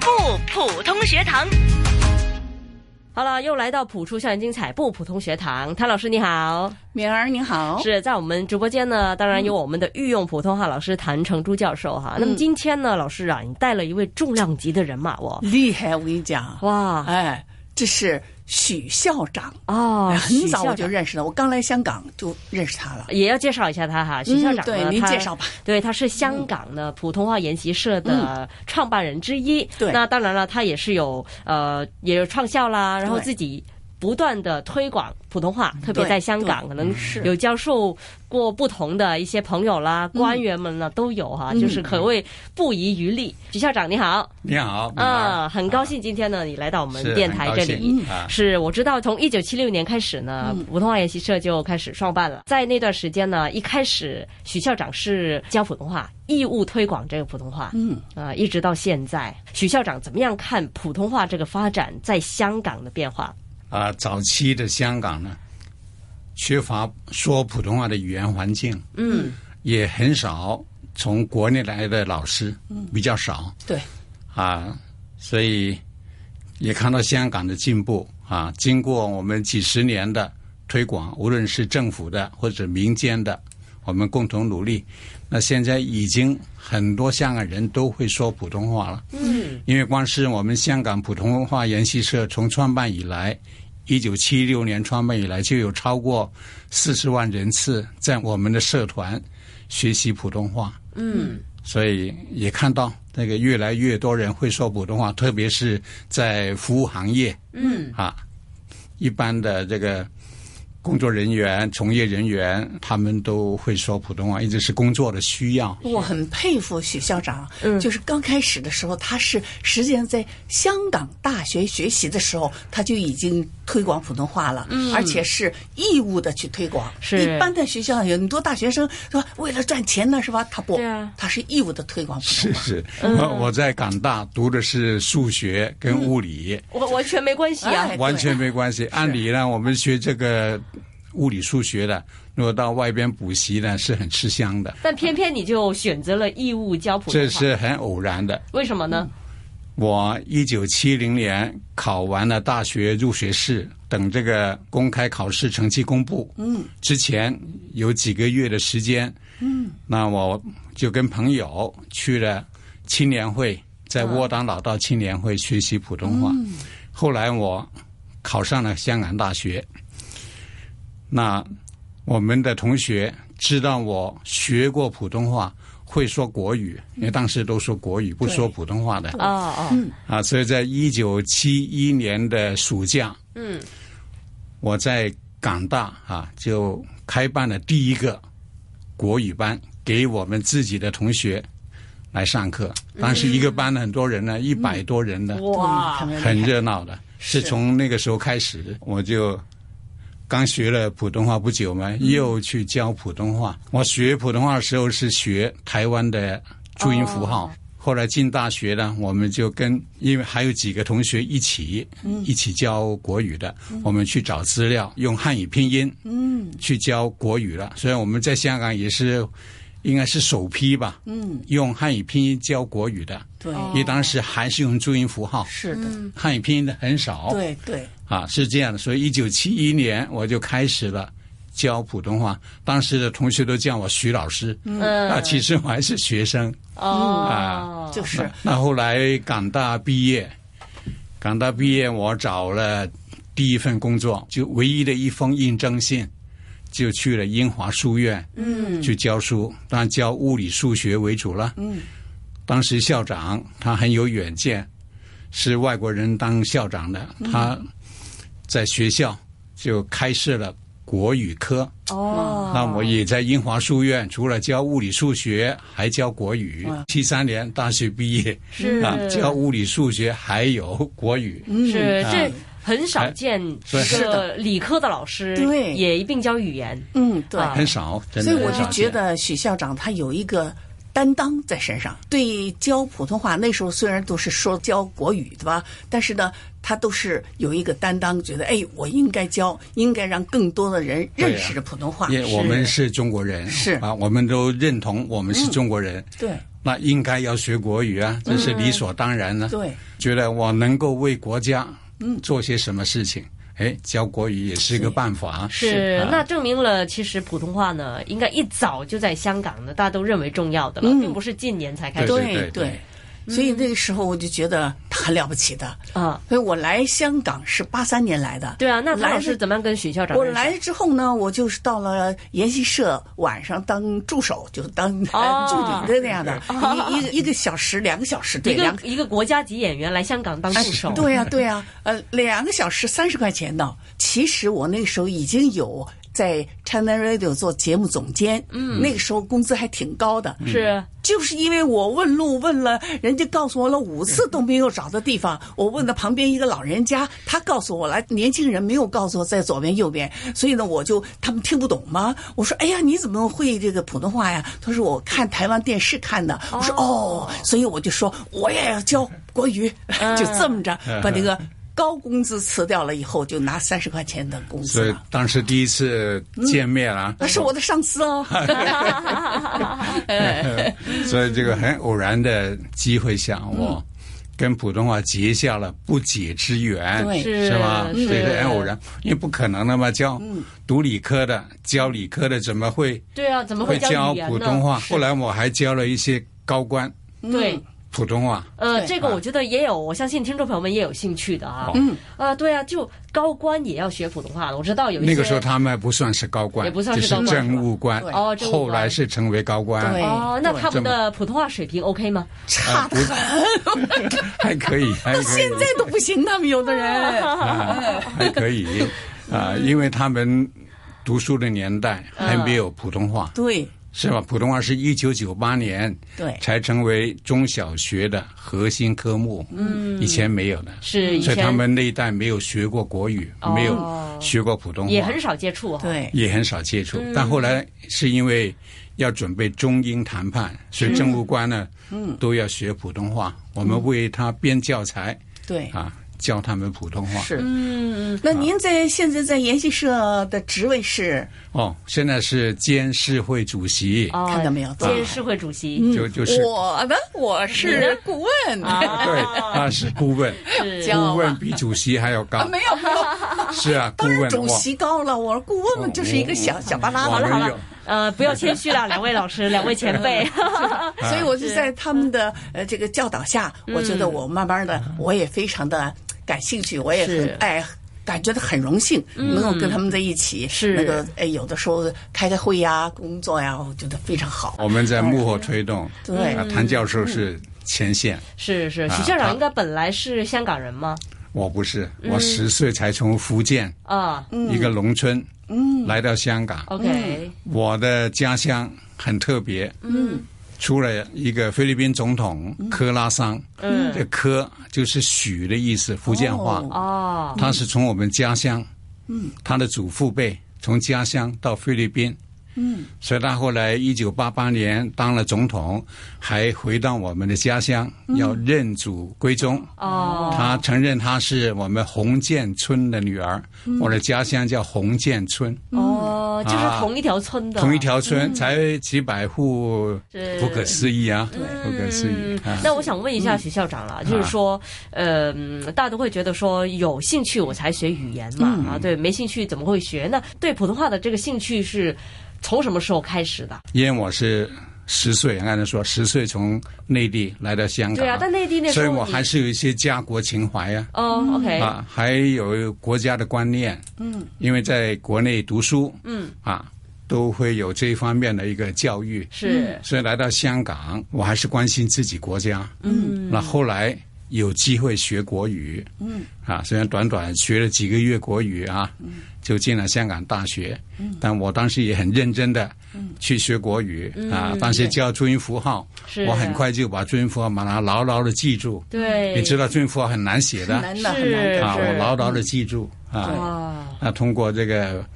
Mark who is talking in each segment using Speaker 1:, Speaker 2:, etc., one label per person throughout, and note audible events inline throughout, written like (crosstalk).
Speaker 1: 普通学堂。
Speaker 2: 好了，又来到普出校园精彩不普通学堂，谭老师你好，
Speaker 3: 敏儿你好，
Speaker 2: 是在我们直播间呢，当然有我们的御用普通话老师谭成珠教授
Speaker 3: 嗯
Speaker 2: 哈。那么今天呢，老师啊，你带了一位重量级的人马哦，
Speaker 3: 厉害！我跟你讲，
Speaker 2: 哇
Speaker 3: 哎，这是许校长，
Speaker 2: 哦，
Speaker 3: 哎
Speaker 2: 许
Speaker 3: (laughs) 很早
Speaker 2: 校
Speaker 3: 我就
Speaker 2: 长
Speaker 3: 认识了，我刚来香港就认识他了。
Speaker 2: 也要介绍一下他哈，许校长呢，
Speaker 3: 嗯
Speaker 2: 啊
Speaker 3: 对，您
Speaker 2: 他
Speaker 3: 介绍吧。
Speaker 2: 对，他是香港呢普通话研习社的创办人之一。
Speaker 3: 嗯对
Speaker 2: 那当然了，他也是有呃，也有创校啦，然后
Speaker 3: 对嗯
Speaker 2: 自己不断的推广普通话，特别
Speaker 3: 对
Speaker 2: 在香港，
Speaker 3: 对嗯
Speaker 2: 可能
Speaker 3: 是
Speaker 2: 有教授过不同的一些朋友啦、官员们呢都有
Speaker 3: 嗯
Speaker 2: 哈，就是可谓不遗余力。徐校长你好，
Speaker 4: 你好，敏儿
Speaker 2: 啊，很高兴今天呢你来到我
Speaker 4: 啊
Speaker 2: 们
Speaker 4: 是
Speaker 2: 电
Speaker 4: 很
Speaker 2: 台
Speaker 4: 高
Speaker 2: 这
Speaker 4: 兴
Speaker 2: 里。嗯
Speaker 4: 啊，嗯
Speaker 2: 是我知道，从一九七六年开始呢，普通话研习社就开始创办了。在那段时间呢，一开始许校长是教普通话，义务推广这个普通话，
Speaker 3: 嗯，
Speaker 2: 啊、一直到现在。许校长怎么样看普通话这个发展在香港的变化？
Speaker 4: 啊，早期的香港呢，缺乏说普通话的语言环境，
Speaker 2: 嗯，
Speaker 4: 也很少从国内来的老师，
Speaker 2: 嗯
Speaker 4: 比较少
Speaker 3: 对，
Speaker 4: 啊，所以也看到香港的进步啊。经过我们几十年的推广，无论是政府的或者民间的，我们共同努力，那现在已经很多香港人都会说普通话了。
Speaker 2: 嗯，
Speaker 4: 因为光是我们香港普通话研习社从创办以来，一九七六年创办以来，就有超过四十万人次在我们的社团学习普通话。嗯，所以也看到那个越来越多人会说普通话，特别是在服务行业。嗯，啊，一般的这个。工作人员、从业人员，他们都会说普通话，一直是工作的需要。
Speaker 3: 我很佩服许校长，
Speaker 2: 嗯
Speaker 3: 就是刚开始的时候，他是实际上在香港大学学习的时候，他就已经推广普通话了，而且是义务的去推广。
Speaker 2: 嗯是
Speaker 3: 一般的学校有很多大学生说为了赚钱呢，是吧？他不，
Speaker 2: 对啊
Speaker 3: 他是义务的推广普通
Speaker 4: 是是，我我在港大读的是数学跟物理，
Speaker 2: 我完全没关系
Speaker 3: 啊
Speaker 2: 啊。
Speaker 3: 哎
Speaker 4: 完全没关系。按理呢，我们学这个物理数学的，如果到外边补习呢，是很吃香的，
Speaker 2: 但偏偏你就选择了义务教普通话，
Speaker 4: 这是很偶然的。
Speaker 2: 为什么呢？
Speaker 4: 我一九七零年考完了大学入学试，等这个公开考试成绩公布，嗯，之前有几个月的时间，嗯，那我就跟朋友去了青年会，在窝当老道青年会学习普通话。后来我考上了香港大学，那我们的同学知道我学过普通话，会说国语，因为当时都说国语，不说普通话的。
Speaker 2: 哦哦，
Speaker 4: 啊，所以在一九七一年的暑假，嗯，我在港大啊就开办了第一个国语班，给我们自己的同学来上课。当时一个班很多人呢，一百多人呢，
Speaker 3: 话。
Speaker 2: 哇
Speaker 3: 他们
Speaker 4: 很热闹的。是从那个时候开始，我就刚学了普通话不久嘛，又去教普通话。我学普通话的时候是学台湾的注音符号。后来进大学呢，我们就跟因为还有几个同学一起、一起教国语的，我们去找资料，用汉语拼音嗯去教国语了。虽然我们在香港也是应该是首批吧，嗯，哦用汉语拼音教国语的，
Speaker 3: 对，
Speaker 2: 哦
Speaker 4: 因为当时还是用注音符号，
Speaker 3: 是的，
Speaker 4: 汉语拼音的很少，
Speaker 3: 对对，
Speaker 4: 啊，是这样的。所以一九七一年我就开始了教普通话，当时的同学都叫我徐老师，
Speaker 2: 嗯
Speaker 4: 啊，其实我还是学生。
Speaker 2: 哦
Speaker 4: 啊，
Speaker 3: 就是
Speaker 4: 那那后来港大毕业，港大毕业我找了第一份工作，就唯一的一封应征信，就去了英华书院，嗯，去教书，当然教物理数学为主了，嗯。当时校长他很有远见，是外国人当校长的，
Speaker 3: 嗯
Speaker 4: 他在学校就开设了国语科，
Speaker 2: 哦，
Speaker 4: 那我也在英华书院，除了教物理数学，还教国语
Speaker 3: 哇。
Speaker 4: 七三年大学毕业
Speaker 2: 是
Speaker 4: 啊，教物理数学还有国语。
Speaker 3: 嗯
Speaker 2: 是
Speaker 4: 啊
Speaker 2: 这很少
Speaker 4: 哎
Speaker 2: 见
Speaker 4: 是
Speaker 2: 一个理科的老师
Speaker 3: 对
Speaker 2: 也一并教语言。
Speaker 3: 嗯对。
Speaker 2: 啊
Speaker 4: 很少，真
Speaker 3: 所
Speaker 4: 的
Speaker 3: 以我
Speaker 4: 很
Speaker 3: 就
Speaker 4: 少
Speaker 3: 觉
Speaker 4: 见
Speaker 3: 得许校长他有一个担当在身上，对教普通话那时候虽然都是说教国语对吧，但是呢，他都是有一个担当，觉得哎，我应该教，应该让更多的人
Speaker 4: 对啊
Speaker 3: 认识这普通话。
Speaker 4: 因为我们是中国人，
Speaker 3: 是嗯
Speaker 4: 啊，我们都认同我们是中国人，
Speaker 3: 对
Speaker 2: 嗯
Speaker 4: 那应该要学国语啊，这是理所当然的。
Speaker 3: 对，
Speaker 4: 觉得我能够为国家
Speaker 2: 嗯
Speaker 4: 做些什么事情。哎，教国语也是一个办法。
Speaker 2: 是
Speaker 4: 啊，
Speaker 2: 那证明了其实普通话呢，应该一早就在香港呢，大家都认为重要的了，
Speaker 3: 嗯
Speaker 2: 并不是近年才开始
Speaker 4: 对
Speaker 3: 对
Speaker 4: 对
Speaker 3: 所以那个时候我就觉得他很了不起的。
Speaker 2: 啊。
Speaker 3: 所以我来香港是八三年来的，
Speaker 2: 对啊，那
Speaker 3: 来
Speaker 2: 谭老师
Speaker 3: 的
Speaker 2: 怎么样跟许校长
Speaker 3: 我
Speaker 2: 认识
Speaker 3: 来了之后呢，我就是到了研习社，晚上当助手，就是当、
Speaker 2: 哦
Speaker 3: 呃 (laughs) 助理的那样的，一一个一个小时、两个小时，对，
Speaker 2: 一
Speaker 3: 两
Speaker 2: 个一个国家级演员来香港当助手，
Speaker 3: 对呀、对呀、呃，两个小时三十块钱呢。其实我那个时候已经有在 China Radio 做节目总监，嗯，那个时候工资还挺高的，
Speaker 2: 是
Speaker 3: 就是因为我问路问了，人家告诉我了五次都没有找到地方。我问了旁边一个老人家，他告诉我了，年轻人没有告诉我在左边右边，所以呢，我就他们听不懂吗？我说，哎呀，你怎么会这个普通话呀？他说我看台湾电视看的。我说哦，所以我就说我也要教国语， (laughs) 就这么着把那个高工资辞掉了以后，就拿三十块钱的工资
Speaker 4: 所以
Speaker 3: 了。
Speaker 4: 当时第一次见面啊，
Speaker 2: 嗯
Speaker 3: 那是我的上司哦。
Speaker 2: 嗯
Speaker 4: 所以这个很偶然的机会下，我跟普通话结下了不解之缘，
Speaker 3: 对
Speaker 4: 是吧？
Speaker 2: 是嗯
Speaker 4: 所以很偶然，因为不可能的嘛，教读理科的教理科的怎么会
Speaker 2: 对啊，怎么
Speaker 4: 会
Speaker 2: 教
Speaker 4: 教
Speaker 2: 语言呢
Speaker 4: 普通话？
Speaker 2: 是
Speaker 4: 后来我还教了一些高官
Speaker 2: 对。
Speaker 4: 普通话，
Speaker 2: 呃，
Speaker 3: 嗯对
Speaker 2: 这
Speaker 4: 啊
Speaker 2: 个我觉得也有，我相信听众朋友们也有兴趣的啊。
Speaker 4: 嗯，
Speaker 2: 啊，对啊，就高官也要学普通话了。我知道有一些
Speaker 4: 那个时候他们还不算是高官，
Speaker 2: 也不算
Speaker 4: 只
Speaker 2: 是高
Speaker 4: 是
Speaker 2: 官
Speaker 4: 政务官
Speaker 3: 对
Speaker 2: 哦，政务官
Speaker 4: 后来是成为高官，啊
Speaker 3: 对
Speaker 2: 哦，那他
Speaker 4: 这
Speaker 2: 们
Speaker 4: 么
Speaker 2: 的普通话水平 OK 吗？
Speaker 4: 啊，不 (laughs) 还可以，还可以，
Speaker 3: 现在都不行，他们有的人。
Speaker 4: 啊，还可以啊，
Speaker 2: 嗯
Speaker 4: 因为他们读书的年代还没有普通话，
Speaker 3: 对，
Speaker 4: 是吧？普通话是一九九八年
Speaker 3: 对
Speaker 4: 才成为中小学的核心科目，嗯，以前没有的，
Speaker 2: 是以
Speaker 4: 所以他
Speaker 2: 前
Speaker 4: 们那一代没有学过国语，
Speaker 2: 哦
Speaker 4: 没有学过普通话，
Speaker 2: 也很少接触哈。
Speaker 3: 对，
Speaker 4: 也很少接
Speaker 3: 嗯
Speaker 4: 触。但后来是因为要准备中英谈判，所以政务官呢，嗯，都要学普通话。我们为他编教材
Speaker 3: 对，
Speaker 4: 啊，教他们普通话。
Speaker 3: 嗯是。嗯，那您在现在在研习社的职位是？
Speaker 4: 哦，现在是监事会主席，
Speaker 2: 哦，
Speaker 3: 看到没有嗯对
Speaker 2: 监事会主席。
Speaker 4: 就就是
Speaker 3: 我呢，我是顾问啊，
Speaker 4: 对，他是顾问，
Speaker 2: 是
Speaker 3: 骄傲啊
Speaker 4: 顾问比主席还要
Speaker 3: (laughs)
Speaker 4: 高，
Speaker 3: 啊没有没有，
Speaker 4: 是啊，
Speaker 3: (laughs)
Speaker 4: 顾
Speaker 3: 当然
Speaker 4: 问哦
Speaker 3: 主
Speaker 4: 哇
Speaker 3: 席高了，我说顾问嘛就是一个小小巴拉
Speaker 4: 哇
Speaker 2: 好
Speaker 3: 嘛，
Speaker 2: 了好
Speaker 4: 没有
Speaker 2: 了，呃，不要谦虚 (laughs) 了，两位老师，两位前辈。
Speaker 4: 哦
Speaker 3: 所以我就在他们的呃这个教导下，我觉得我慢慢的
Speaker 4: 嗯
Speaker 3: 我也非常的感兴趣，我也很
Speaker 2: 是
Speaker 3: 爱。感觉到很荣幸，能够跟他们在一起，
Speaker 2: 是
Speaker 3: 那个哎，有的时候开开会呀、工作呀，我觉得非常好。
Speaker 4: 我们在幕后推动，
Speaker 3: 对嗯
Speaker 4: 啊谭教授是前线，
Speaker 2: (laughs) 是是，
Speaker 4: 啊
Speaker 2: 许校
Speaker 4: 他
Speaker 2: 长应该本来是香港人吗？
Speaker 4: 我不是，
Speaker 3: 嗯
Speaker 4: 我十岁才从福建
Speaker 2: 啊
Speaker 4: 一个农村
Speaker 3: 嗯
Speaker 4: 来到香港，
Speaker 2: ，OK，
Speaker 4: 我的家乡很特别，嗯，出了一个菲律宾总统科拉桑，
Speaker 2: 嗯
Speaker 4: 这科就是许的意思，福建话，
Speaker 3: 哦
Speaker 2: 哦，
Speaker 4: 他是从我们家乡，嗯，他的祖父辈从家乡到菲律宾，嗯，所以他后来一九八八年当了总统，还回到我们的家乡，要认祖归宗。
Speaker 2: 哦，
Speaker 4: 他承认她是我们红建村的女儿，我的家乡叫红建村，
Speaker 2: 哦，就是
Speaker 4: 啊
Speaker 2: 同一条村的，嗯
Speaker 4: 同一条村才几百户，
Speaker 2: 是
Speaker 4: 不可思议啊，不可思议
Speaker 2: 嗯
Speaker 4: 啊！
Speaker 2: 那我想问一下徐校长了，就是说，呃，嗯大家都会觉得说有兴趣我才学语言嘛，
Speaker 4: 嗯
Speaker 2: 啊，对，没兴趣怎么会学？那对普通话的这个兴趣是从什么时候开始的？
Speaker 4: 因为我是十岁，按照说十岁从内地来到香港，
Speaker 2: 对啊，但内地那时
Speaker 4: 嗯所
Speaker 2: 候
Speaker 4: 以
Speaker 2: 你，
Speaker 4: 我还是有一些家国情怀啊，
Speaker 2: 哦，OK，
Speaker 4: 啊，还有国家的观念，嗯，因为在国内读书，嗯，啊，都会有这一方面的一个教育，
Speaker 2: 是
Speaker 4: 所以来到香港，我还是关心自己国家，嗯，那后来有机会学国语，嗯，啊，虽然短短学了几个月国语啊，就进了香港大学，但我当时也很认真的去学国语啊，当时教注音符号
Speaker 2: 是，
Speaker 4: 我很快就把注音符号把它牢牢的记住，
Speaker 2: 对，
Speaker 4: 你知道注音符号很难写的，
Speaker 3: 很难的，很难
Speaker 2: 是
Speaker 3: 的。
Speaker 4: 啊，
Speaker 2: 是
Speaker 4: 我牢牢的记住啊。
Speaker 2: 哇，
Speaker 4: 那通过这个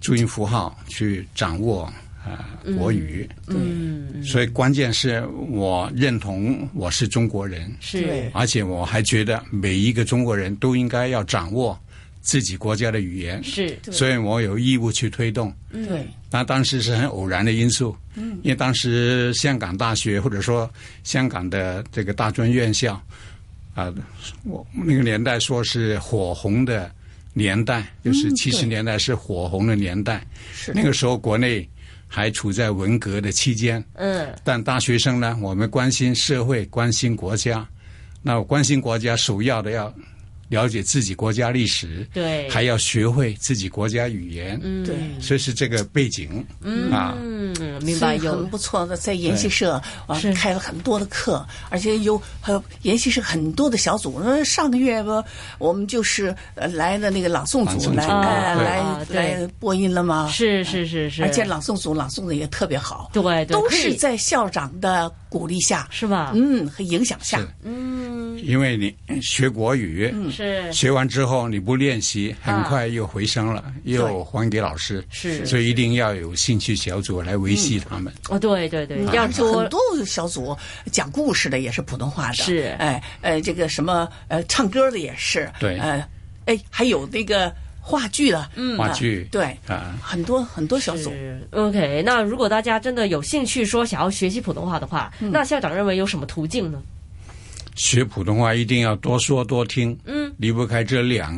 Speaker 4: 注音符号去掌握啊、国语，嗯，所以关键是我认同我是中国人，
Speaker 2: 是
Speaker 3: 对
Speaker 4: 而且我还觉得每一个中国人都应该要掌握自己国家的语言，
Speaker 2: 是
Speaker 4: 所以我有义务去推动。
Speaker 3: 对，
Speaker 4: 那当时是很偶然的因素，嗯，因为当时香港大学或者说香港的这个大专院校啊、我那个年代说是火红的年代，就是七十年代是火红的年代。
Speaker 3: 是
Speaker 4: 那个时候国内还处在文革的期间，
Speaker 2: 嗯，
Speaker 4: 但大学生呢，我们关心社会，关心国家。那关心国家，首要的要了解自己国家历史，
Speaker 2: 对
Speaker 4: 还要学会自己国家语言，嗯，
Speaker 3: 对。
Speaker 4: 所以是这个背景，嗯啊，
Speaker 2: 嗯，明
Speaker 3: 所
Speaker 2: 白
Speaker 3: 以
Speaker 2: 有
Speaker 3: 很不错的，在研习社啊
Speaker 2: 是
Speaker 3: 开了很多的课，而且有还有研习社很多的小组。那上个月吧，我们就是呃来了那个朗诵
Speaker 4: 朗诵
Speaker 3: 组
Speaker 4: 组
Speaker 3: 来
Speaker 4: 啊
Speaker 3: 哎
Speaker 4: 对
Speaker 2: 啊
Speaker 3: 来
Speaker 2: 对
Speaker 3: 来播音了嘛，
Speaker 2: 是是是是，
Speaker 3: 而且朗诵组朗诵的也特别好，
Speaker 2: 对对
Speaker 3: 都
Speaker 2: 可以啊
Speaker 3: 是在校长的鼓励下，
Speaker 2: 是吧？
Speaker 3: 嗯和影响下
Speaker 4: 是，因为你学国语，
Speaker 2: 是
Speaker 4: 学完之后你不练习，
Speaker 2: 嗯
Speaker 4: 很
Speaker 2: 啊
Speaker 4: 快又回升了，又还给老师，
Speaker 2: 是
Speaker 4: 所以一定要有兴趣小组来维系他们。
Speaker 2: 哦，对对对，要
Speaker 3: 而且
Speaker 2: 多
Speaker 3: 嗯很多小组讲故事的也是普通话的，
Speaker 2: 是
Speaker 3: 哎呃这个什么呃唱歌的也是，
Speaker 4: 对
Speaker 3: 呃哎还有那个话剧的，嗯
Speaker 4: 话剧
Speaker 3: 对
Speaker 4: 啊
Speaker 3: 很多很多小组。
Speaker 2: 是 OK，那如果大家真的有兴趣说想要学习普通话的话，那校长认为有什么途径呢？
Speaker 4: 学普通话一定要多说多听，嗯，离不开这两，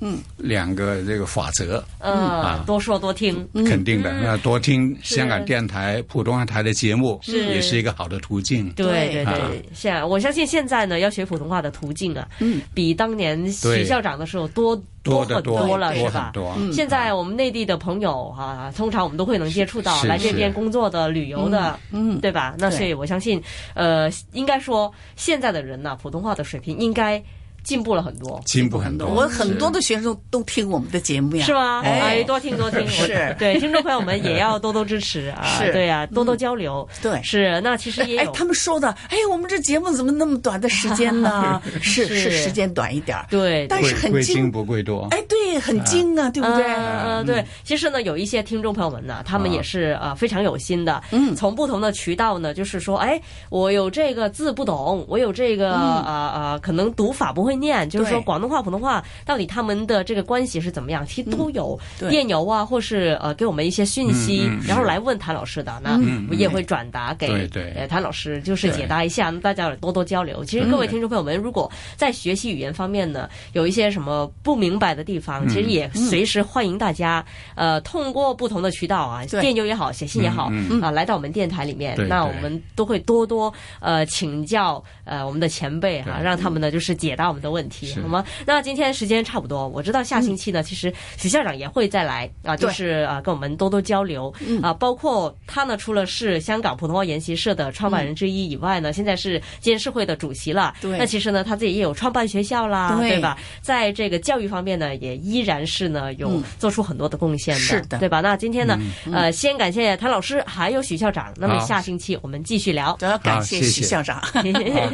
Speaker 4: 嗯，两个这个法则，
Speaker 2: 呃
Speaker 4: 啊，
Speaker 2: 多说多听，
Speaker 4: 肯定的。那多听香港电台、普通话台的节目，
Speaker 2: 是
Speaker 4: 也是一个好的途径。
Speaker 2: 对对
Speaker 3: 对
Speaker 4: 啊
Speaker 2: 对，现在我相信现在呢，要学普通话的途径啊，嗯，比当年徐
Speaker 4: 对
Speaker 2: 校长的时候多
Speaker 4: 多
Speaker 2: 很
Speaker 4: 得多
Speaker 2: 多了，
Speaker 4: 多
Speaker 2: 是吧嗯
Speaker 4: 很？多啊
Speaker 2: 现在我们内地的朋友哈、啊，通常我们都会能接触到
Speaker 4: 是
Speaker 2: 来这边
Speaker 4: 是
Speaker 2: 工作的、旅游的，嗯，对吧？那
Speaker 3: 对
Speaker 2: 所以我相信，呃，应该说现在的人呢、普通话的水平应该进步了很多。
Speaker 4: 进步很多。
Speaker 3: 我很多
Speaker 4: 是
Speaker 3: 的学生都听我们的节目呀，
Speaker 2: 是吗？
Speaker 3: 哎
Speaker 2: 哎，多听多听，
Speaker 3: (laughs) 是
Speaker 2: 我对听众朋友们也要多多支持啊，
Speaker 3: 是嗯
Speaker 2: 对呀、多多交流，
Speaker 3: 对
Speaker 2: 是。那其实也
Speaker 3: 哎，
Speaker 2: 有
Speaker 3: 他们说的，哎，我们这节目怎么那么短的时间呢？是
Speaker 2: 是
Speaker 3: 是时间短一点儿，
Speaker 2: 对，
Speaker 3: 但
Speaker 4: 贵
Speaker 3: 是很
Speaker 4: 贵精
Speaker 3: 精，
Speaker 4: 不贵
Speaker 3: (laughs)
Speaker 4: 多，
Speaker 3: 哎，对，很精啊，对不对？
Speaker 2: 呃，对，其实呢，有一些听众朋友们呢，他们
Speaker 4: 啊
Speaker 2: 也是呃非常有心的，嗯，从不同的渠道呢，就是说，哎，我有这个字不懂，我有这个呃呃，可能读法不会念，就是说
Speaker 3: 对
Speaker 2: 广东话、普通话到底他们的这个关系是怎么样，其实都有
Speaker 3: 对
Speaker 2: 电邮啊，或是呃给我们一些讯息，
Speaker 4: 嗯
Speaker 2: 然后来问谭老师的，那我也会转达给
Speaker 4: 对对
Speaker 2: 呃谭老师，就是解答一下，那大家多多交流。其实各位听众朋友们，如果在学习语言方面呢，有一些什么不明白的地方，其
Speaker 4: 嗯
Speaker 2: 实也随时欢迎大家，呃，通过不同的渠道啊，
Speaker 3: 对
Speaker 2: 电邮也好，写信也好，啊，来到我们电台里面
Speaker 4: 嗯对，
Speaker 2: 那我
Speaker 4: 对
Speaker 2: 们都会多多呃请教呃我们的前辈哈，
Speaker 4: 对
Speaker 2: 让他们呢就是解答我们的问题，
Speaker 4: 是嗯
Speaker 2: 好吗？那今天时间差不多，我知道下星期呢，其实许校长也会再来啊，就
Speaker 3: 对
Speaker 2: 是啊跟我们多多交流
Speaker 4: 嗯
Speaker 2: 啊，包括他呢，除了是香港普通话研习社的创办人之一以外
Speaker 4: 嗯
Speaker 2: 呢，现在是监事会的主席了。
Speaker 3: 对
Speaker 2: 那其实呢，他自己也有创办学校啦，
Speaker 3: 对
Speaker 2: 对吧？在这个教育方面呢，也依然是呢有做出很多的贡献的，
Speaker 3: 嗯是的嗯
Speaker 2: 对吧？那今天呢，呃，先感谢谭老师还有许校长，那么
Speaker 4: 好
Speaker 2: 下星期我们继续聊。
Speaker 3: 都要感
Speaker 4: 好
Speaker 3: 谢
Speaker 4: 啊谢谢
Speaker 3: 许校长。
Speaker 4: 好，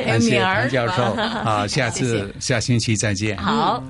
Speaker 4: 感谢
Speaker 3: 敏儿
Speaker 4: 谭教授啊，下
Speaker 3: 谢谢
Speaker 4: 次下星期再见。
Speaker 2: 好。